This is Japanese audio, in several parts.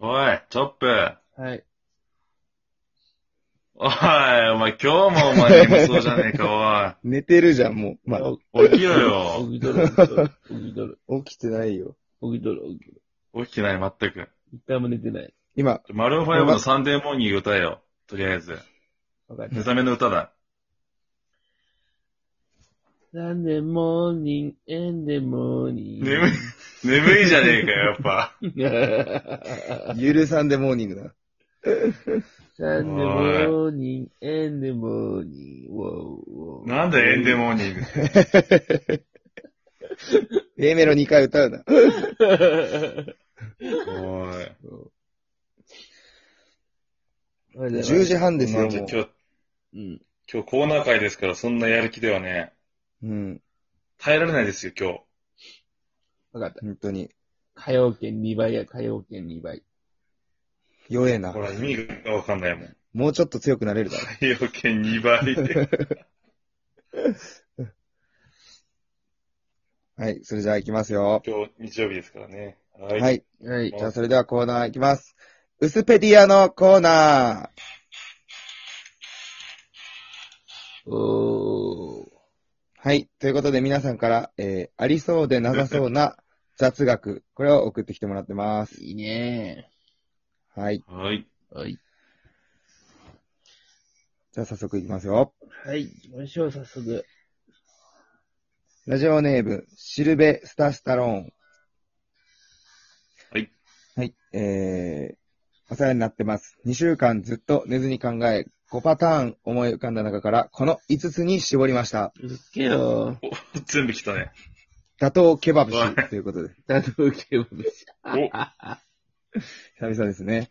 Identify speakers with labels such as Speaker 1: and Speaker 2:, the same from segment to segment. Speaker 1: おい、チョップ。
Speaker 2: はい。
Speaker 1: おい、お前今日もお前眠そうじゃねえか、
Speaker 2: 寝てるじゃん、 もう。まあ、
Speaker 1: おい。起きろよ。
Speaker 3: 起きとる、起きとる、起きとる、
Speaker 2: 起きてないよ。
Speaker 3: 起きとる、起きとる。
Speaker 1: 起きてない、全く。
Speaker 3: 一回も寝てない。
Speaker 2: 今、
Speaker 1: マルーン5のサンデーモーニング歌えよ。とりあえず。
Speaker 3: わかっ
Speaker 1: 目
Speaker 3: た。
Speaker 1: 覚めの歌だ。
Speaker 3: サンデーモーニング、エンデーモーニング。
Speaker 1: 眠い、眠いじゃねえかよ、やっぱ。
Speaker 2: ゆるさんでモーニングだ。
Speaker 3: サンデーモーニング、エンデーモーニング。ウォーウォー
Speaker 1: なんでエンデモーニング。
Speaker 2: A メロ2回歌うな。
Speaker 1: おい。
Speaker 3: うん
Speaker 2: 10時半です
Speaker 1: な
Speaker 2: よ、
Speaker 1: んじゃ
Speaker 2: もう
Speaker 1: 今。日、
Speaker 3: うん。
Speaker 1: 今日コーナー会ですから、そんなやる気ではね、
Speaker 2: うん、
Speaker 1: 耐えられないですよ、今日。
Speaker 3: わかった。
Speaker 2: 本当に。
Speaker 3: 火曜券2倍や、火曜券2倍。
Speaker 2: 弱えな
Speaker 1: ほ。ら、意味がわかんないもん。
Speaker 2: もうちょっと強くなれるだろ。
Speaker 1: 太陽系2倍 で。
Speaker 2: はい、それじゃあ行きますよ。
Speaker 1: 今日、日曜日ですからね。は。
Speaker 2: はいい。
Speaker 3: はい
Speaker 2: じ。ゃあそれではコーナー行きます。ウスペディアのコーナー。
Speaker 3: おー。
Speaker 2: はい。ということで皆さんから、えー、ありそうでなさそうな 雑学。これを送ってきてもらってます。
Speaker 3: いいね
Speaker 2: はい。
Speaker 1: はい。
Speaker 3: はい。
Speaker 2: じゃあ早速行きますよ。
Speaker 3: はい、行きましょう、早速。
Speaker 2: ラジオネーム、シルベ・スタ・スタローン。
Speaker 1: はい。
Speaker 2: はい。えー、お世話になってます。2週間ずっと寝ずに考え、5パターン思い浮かんだ中から、この5つに絞りました。
Speaker 3: うっけよ
Speaker 1: お全部来たね。
Speaker 2: 打倒ケバブシということで、
Speaker 3: だと受けまし
Speaker 1: お、
Speaker 2: 久々ですね。は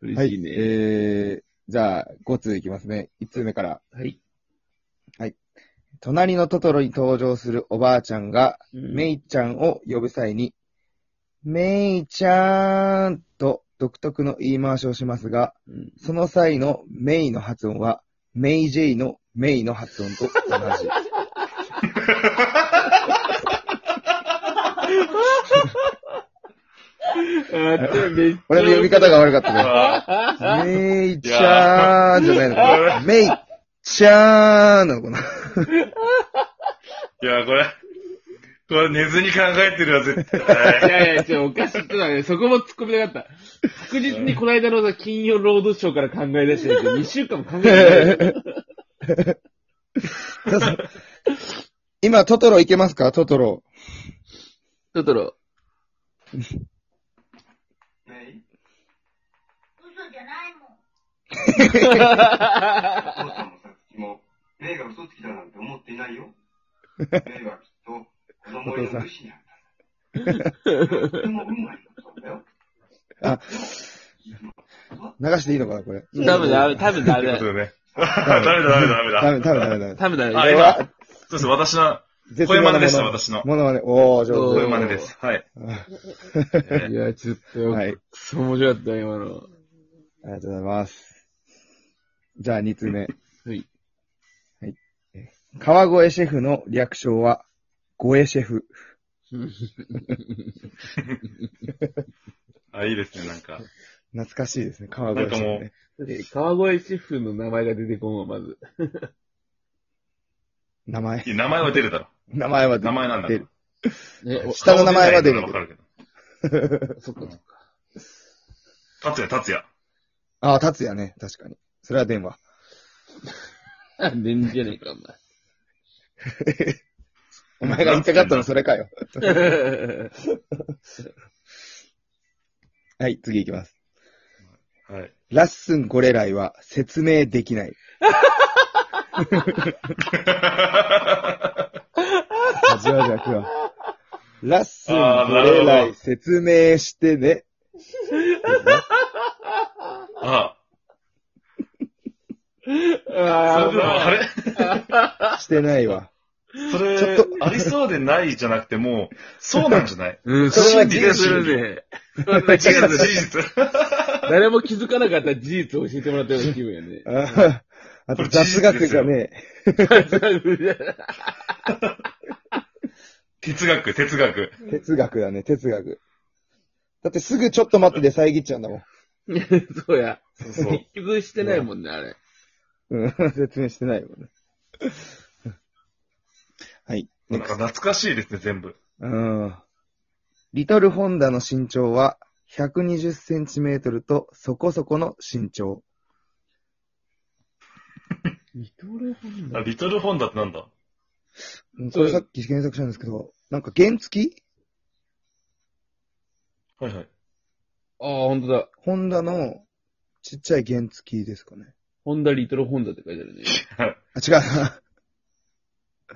Speaker 3: 嬉
Speaker 2: い
Speaker 3: しい。ね。
Speaker 2: えー、じゃあ、5通いきますね。1通目から。
Speaker 3: はい。
Speaker 2: 隣のトトロに登場するおばあちゃんが、メ
Speaker 3: メイ
Speaker 2: イちゃんを呼ぶ際に、メイちゃーんと独特の言い回しをしますが、
Speaker 3: うん
Speaker 2: その際のメイの発音は、メイジェイのメイの発音と同じ。
Speaker 3: あでもめっちゃ
Speaker 2: 俺の読み方が悪かった
Speaker 1: あ
Speaker 2: ね。メイちゃーんじゃないのかな。メイちゃーんなのかな。
Speaker 1: いや、これ、これ寝ずに考えてるわ、絶
Speaker 3: い
Speaker 1: 対。
Speaker 3: やいや、ちょ、おかしいってのはね、そこも突っ込みなかった。確実にこの間のさ金曜ロードショーから考え出してるけど、2週間も考え てない。
Speaker 2: そうそう今、トトロ行けますかトトロ。
Speaker 3: トト ロ。
Speaker 4: 嘘じゃないもん。
Speaker 5: お父さんもさつきも、メイが嘘つきだなんて思っていないよ。メイはきっと、子供よりの武士にあったんだ。とっても運が良かったんだよ。
Speaker 2: あ、流していいのかなこれ。
Speaker 3: 多分 ダメ、多分ダ
Speaker 1: という
Speaker 3: メ
Speaker 1: こと
Speaker 3: だ。
Speaker 1: でね。ダメだ、ダメだ、ダメだ。
Speaker 2: ダメ、ダメ、ダメ、ダメ。
Speaker 3: 多分ダメ
Speaker 1: あ、
Speaker 3: だ。
Speaker 1: 今、そうです、私の、
Speaker 2: 絶
Speaker 1: 声
Speaker 2: 妙
Speaker 1: 真
Speaker 2: な
Speaker 1: 似でした、
Speaker 2: もの
Speaker 1: 私の。
Speaker 2: モノマネ、おー、上
Speaker 3: おー
Speaker 1: 声
Speaker 2: 手。
Speaker 1: 真似です。はい。
Speaker 3: いや、ちょっと、
Speaker 2: はい。あり
Speaker 3: そう面白かった、今の。
Speaker 2: がとうございます。じゃあ、2つ目。
Speaker 3: はい。
Speaker 2: 川越シェフの略称は、護衛シェフ。
Speaker 1: あ、いいですね、なんか。
Speaker 2: 懐かしいですね、川越シェフ、ね。
Speaker 3: え川越シェフの名前が出てこんわ、まず。
Speaker 2: 名前
Speaker 1: い。や名前は出るだろ。
Speaker 2: 名前は出
Speaker 1: 名前なんだ
Speaker 2: 出る。
Speaker 3: ね、
Speaker 2: 下の名前は出る
Speaker 1: 顔出ないのはわかるけど。
Speaker 3: おそっかそっか。
Speaker 1: 達也、達也。
Speaker 2: ああ、達也ね、確かに。それは電話。
Speaker 3: あ、 全然じゃねえか、お
Speaker 2: お前が言いたかったのそれかよ。
Speaker 3: 前。
Speaker 2: はい、次行きます。
Speaker 1: はい。
Speaker 2: ラッスンゴレライは説明できない。じわじわ来るわラッスンゴレライ説明してね。
Speaker 1: あ、そ
Speaker 3: あ
Speaker 1: れでも、あ
Speaker 3: あ、
Speaker 1: れ
Speaker 2: してないわ。。
Speaker 1: それ、ありそうでないじゃなくて、もう、そうなんじゃ ない
Speaker 3: うん、そんな気がするね。そんな
Speaker 1: 事
Speaker 3: 気がする。
Speaker 1: 実。
Speaker 3: 誰も気づかなかった事実を教えてもらったような気分やね
Speaker 2: あーあと雑学がね、
Speaker 1: 哲学、哲学。
Speaker 2: 哲学だね、哲学。だってすぐちょっと待ってで遮っちゃうんだもん。
Speaker 3: そうや。
Speaker 1: そうそう。
Speaker 3: 結局してないもんね、あれ。
Speaker 2: うん、 説明してないもんね。はい。
Speaker 1: なんか懐かしいですね、全部。
Speaker 2: うん。リトルホンダの身長は120センチメートルとそこそこの身長。
Speaker 3: リトルホン
Speaker 1: あ、リトルホンダってなんだ
Speaker 2: うんこれさっき検索したんですけど、なんか原付き
Speaker 1: はいはい。
Speaker 3: ああ、ほんとだ。
Speaker 2: ホンダのちっちゃい原付きですかね。
Speaker 3: ホンダリトルホンダって書いてあるね。
Speaker 2: あ、 違う。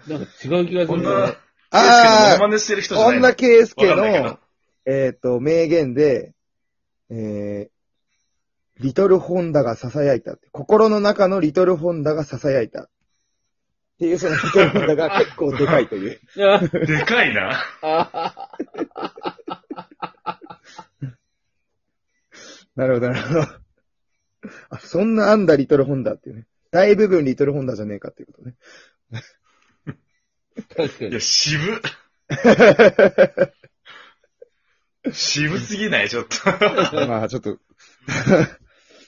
Speaker 3: なんか違う気がす
Speaker 1: こ
Speaker 3: る
Speaker 1: ん
Speaker 3: ね。
Speaker 1: な、
Speaker 2: あ
Speaker 1: 真似してる
Speaker 2: あ、
Speaker 1: 人じゃないの
Speaker 2: 女圭介
Speaker 1: わかんないけ
Speaker 2: の
Speaker 1: ど、
Speaker 2: えっ、と、名言で、えー、リトルホンダが囁いたって。心の中のリトルホンダが囁いた。っていう、そのリトルホンダが結構でかい という。
Speaker 3: あ
Speaker 1: でかいな。
Speaker 3: あ
Speaker 2: なるほど、なるほど。あ、そんなあんだリトルホンダっていうね。大部分リトルホンダじゃねえかってい うことね。
Speaker 3: 確か
Speaker 1: い
Speaker 3: に
Speaker 1: や、。渋。渋すぎない、ちょっと。
Speaker 2: まあ、ちょっと、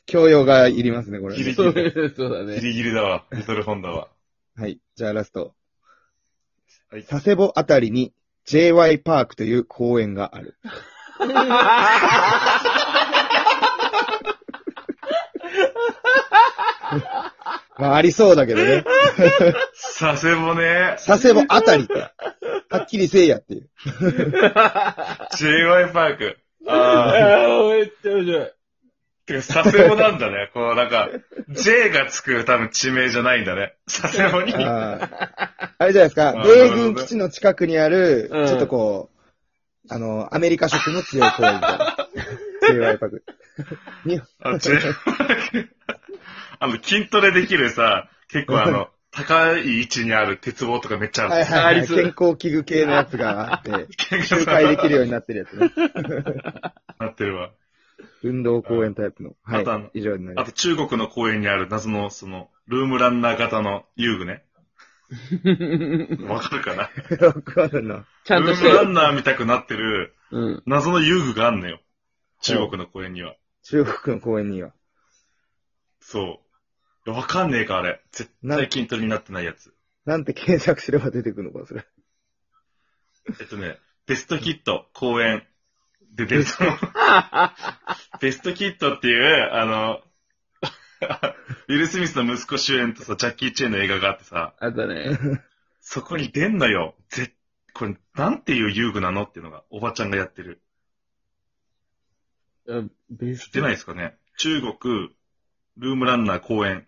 Speaker 2: 教養がいりますね、これ、
Speaker 1: ギリ
Speaker 2: ね。
Speaker 3: そうそうだ
Speaker 1: ギ
Speaker 3: ね。
Speaker 1: リギリだわ、リトルホンダは。
Speaker 2: はい。じゃあラスト。
Speaker 1: はい
Speaker 2: 佐世保あたりに JY パークという公園がある。 まあ、ありそうだけどね。
Speaker 1: 佐世保ね。
Speaker 2: 佐世保あたりって。はっきりせいやっていう。
Speaker 1: JY パーク。
Speaker 3: あ
Speaker 1: ああ。
Speaker 3: あ、めっちゃ面白い。
Speaker 1: てか、佐世保なんだね。こう、なんか、J がつく多分地名じゃないんだね。佐世保に。
Speaker 2: あーあれじゃないですか
Speaker 1: あ。ー
Speaker 2: 米軍基地の近くにある、
Speaker 3: うん
Speaker 2: ちょっとこう、あの、アメリカ色の強い公園みたいな。JY パーク。
Speaker 1: あ、J あの、筋トレできるさ、結構あの、 高い位置にある鉄棒とかめっちゃある。
Speaker 2: はいはい、はい。
Speaker 3: ありそ
Speaker 2: 健
Speaker 3: う
Speaker 2: 康器具系のやつがあって、 周回できるようになってるやつね。
Speaker 1: なってるわ。
Speaker 2: 運動公園タイプの。は
Speaker 1: あとあの
Speaker 2: い。以上になり
Speaker 1: あ
Speaker 2: ま
Speaker 1: と
Speaker 2: す。
Speaker 1: 中国の公園にある謎の、その、ルームランナー型の遊具ね。わかるかな
Speaker 2: わかるな。
Speaker 3: ちゃん
Speaker 1: ル
Speaker 3: と
Speaker 1: ー
Speaker 3: し
Speaker 1: ム
Speaker 3: て
Speaker 1: ラ
Speaker 3: る。
Speaker 1: ンナーみたくなってる
Speaker 3: うん。
Speaker 1: 謎の遊具があんのよ。中国の公園には。
Speaker 2: 中国の公園には。
Speaker 1: そう。いやわかんねえか、あれ。絶対筋トレになってないやつ。
Speaker 2: なんて検索すれば出てくるのか、それ。
Speaker 1: えっとね、ベストキット公園で出る と、ベストキットっていう、あの、 ウィル・スミスの息子主演とさ、ジャッキー・チェーンの映画があってさ、
Speaker 3: あったね。
Speaker 1: そこに出んのよ。ぜこれ、なんていう遊具なのっていうのが、おばちゃんがやってる。
Speaker 3: うんベス
Speaker 1: 出
Speaker 3: ト
Speaker 1: ないですかね。中国、ルームランナー公園。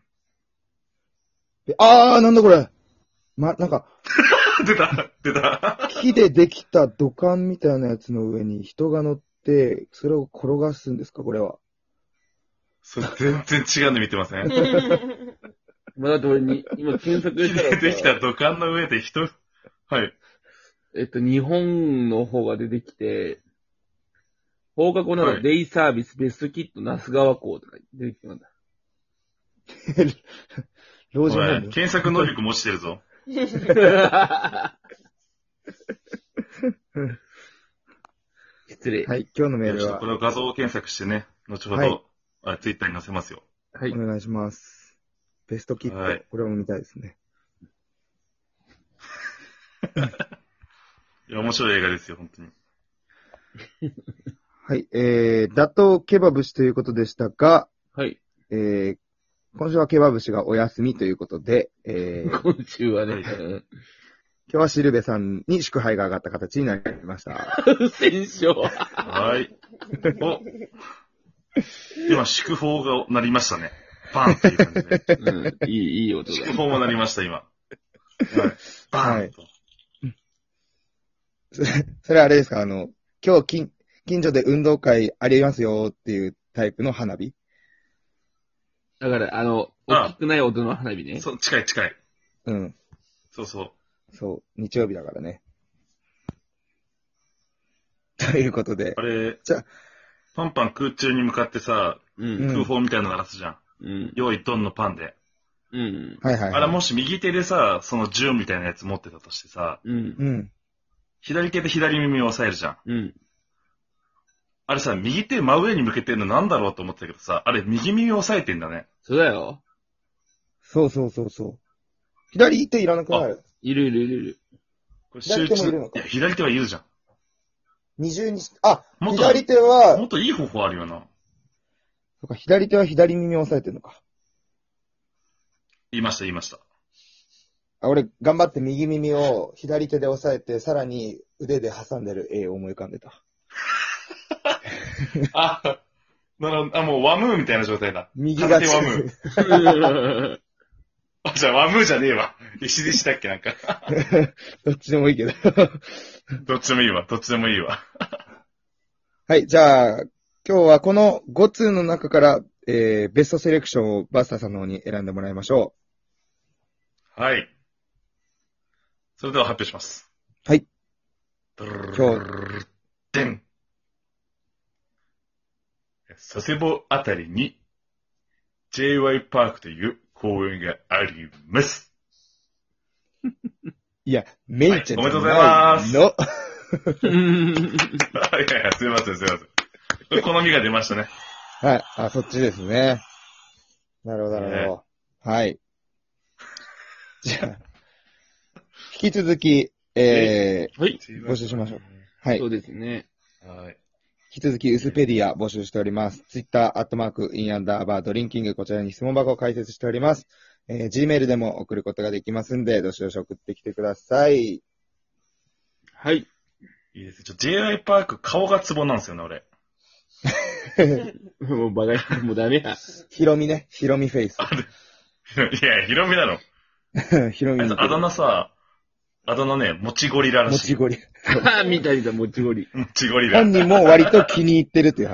Speaker 2: であー、なんだこれ。ま、なんか、
Speaker 1: 出た出た
Speaker 2: 木でできた土管みたいなやつの上に人が乗って、それを転がすんですか、これは。
Speaker 1: それ全然違うの見てません
Speaker 3: まあ、だって俺に、今検索したらさ
Speaker 1: 出てきた土管の上で人、はい。
Speaker 3: えっと、日本の方が出てきて、放課後な
Speaker 1: は
Speaker 3: ら
Speaker 1: い
Speaker 3: デイサービス、ベストキット、那須川校とか出てきたんだ。
Speaker 2: 老
Speaker 1: お
Speaker 2: 人ホー
Speaker 1: い
Speaker 2: ム
Speaker 1: 検索能力も落ちてるぞ。
Speaker 3: 失礼。
Speaker 2: はい、今日の
Speaker 1: い
Speaker 2: メ
Speaker 1: や
Speaker 2: ー
Speaker 1: ちょ
Speaker 2: ル
Speaker 1: っと
Speaker 2: は
Speaker 1: こ、れを画像検索してね、後ほど、
Speaker 2: はい
Speaker 1: あツイッターに載せますよ。
Speaker 3: はい
Speaker 2: お願いします。ベストキット、
Speaker 1: はい
Speaker 2: これも見たいですね。
Speaker 1: いや、面白い映画ですよ、本当に。
Speaker 2: はい、えー、打倒ケバブシということでしたが、
Speaker 3: はい。
Speaker 2: えー、今週はケバブシがお休みということで、えー、今
Speaker 3: 今週はね、
Speaker 1: はい
Speaker 3: うん
Speaker 2: 日はシルベさんに祝杯が上がった形になりました。
Speaker 3: 不戦勝。
Speaker 1: はい。お今、祝砲が鳴りましたね。バンっていう感じで。
Speaker 3: うんいい、いい音
Speaker 1: 祝
Speaker 3: だ。
Speaker 1: 砲も鳴りました、今。はい。バンと。
Speaker 2: それ、それあれですかあの、今日近、近所で運動会ありますよっていうタイプの花火
Speaker 3: だから、あの、
Speaker 1: あ
Speaker 3: 大きくない音の花火ね。
Speaker 1: そう、近い近い。
Speaker 2: うん。
Speaker 1: そうそう。
Speaker 2: そう、日曜日だからね。ということで
Speaker 1: あ、れ、
Speaker 2: じゃあ
Speaker 1: パンパン空中に向かってさ、
Speaker 3: う。
Speaker 2: うん
Speaker 1: 空砲みたいなの鳴らすじゃん。
Speaker 3: うん。
Speaker 1: 用意ドンのパンで。
Speaker 3: うん。
Speaker 2: はいはい、
Speaker 1: あれ
Speaker 2: はい。
Speaker 1: もし右手でさ、その銃みたいなやつ持ってたとしてさ、
Speaker 3: うん。
Speaker 2: うん。
Speaker 1: 左手で左耳を押さえるじゃん。
Speaker 3: うん。
Speaker 1: ああれさ、右手真上に向けてるのなんだろうと思ってたけどさ、あれ右耳押さえてんだね。
Speaker 3: そうだよ。
Speaker 2: そうそうそうそう。左手いらなくなる。
Speaker 3: いるいるいるいる。
Speaker 1: これ
Speaker 2: 左手もいるの
Speaker 1: い
Speaker 2: か
Speaker 1: や、左手はいるじゃ
Speaker 2: 二重にし、あ、
Speaker 1: もっと
Speaker 2: 左手
Speaker 1: ん。も
Speaker 2: は、
Speaker 1: っといい方法あるよな。
Speaker 2: そうか、左手は左耳を押さえてるのか。
Speaker 1: 言いました、言いました。
Speaker 2: あ、俺、頑張って右耳を左手で押さえて、さらに腕で挟んでる絵を思い浮かんでた。
Speaker 1: あ、なるほど。あ、もうワムーみたいな状態だ。
Speaker 2: 右が
Speaker 1: 片手ワムー。あ、じゃあワムーじゃねえわ。石でしたっけなんか。
Speaker 2: どっちでもいいけど。
Speaker 1: どっちでもいいわ。どっちでもいいわ。
Speaker 2: はい、じゃあ、今日はこの5通の中から、えー、ベストセレクションをバスターさんの方に選んでもらいましょ
Speaker 1: はい。それでは発表します。
Speaker 2: はい。
Speaker 1: 今日。でん。佐世保あたりに JY パークという公園があります。
Speaker 2: う。いや、メイちゃんじゃないの。
Speaker 1: はいおめでとう
Speaker 2: ございます。
Speaker 1: あいやいや、すいません、すいません。好みが出ましたね。
Speaker 2: はい、あ、そっちですね。なるほど、なるほど。はい。じゃあ、引き続き、え
Speaker 3: はい。
Speaker 2: 募集しましょう。ー、はい
Speaker 3: そ。うですね。
Speaker 1: はい。
Speaker 2: 引き続き、ウスペディア募集しております。ツイッター、アットマーク、インアンダーバードリンキング、こちらに質問箱を開設しております。えー、Gmail でも送ることができますんで、どしどし送ってきてください。
Speaker 3: はい。
Speaker 1: いいですね。ちょ、JY パーク顔がツボなんですよね、俺。
Speaker 3: もうバカ、もうダメや。
Speaker 2: ヒロミね、ヒロミフェイス。
Speaker 1: いや、ヒロミなの。
Speaker 2: ヒロミ
Speaker 1: あいつあだ名さ、あだ名ね、もちゴリラら
Speaker 2: も
Speaker 1: し
Speaker 2: ち
Speaker 1: い。
Speaker 2: ゴリ。
Speaker 3: みたいだ、もちごり。
Speaker 1: もちゴリラ。
Speaker 2: 本人も割と気に入ってるという話。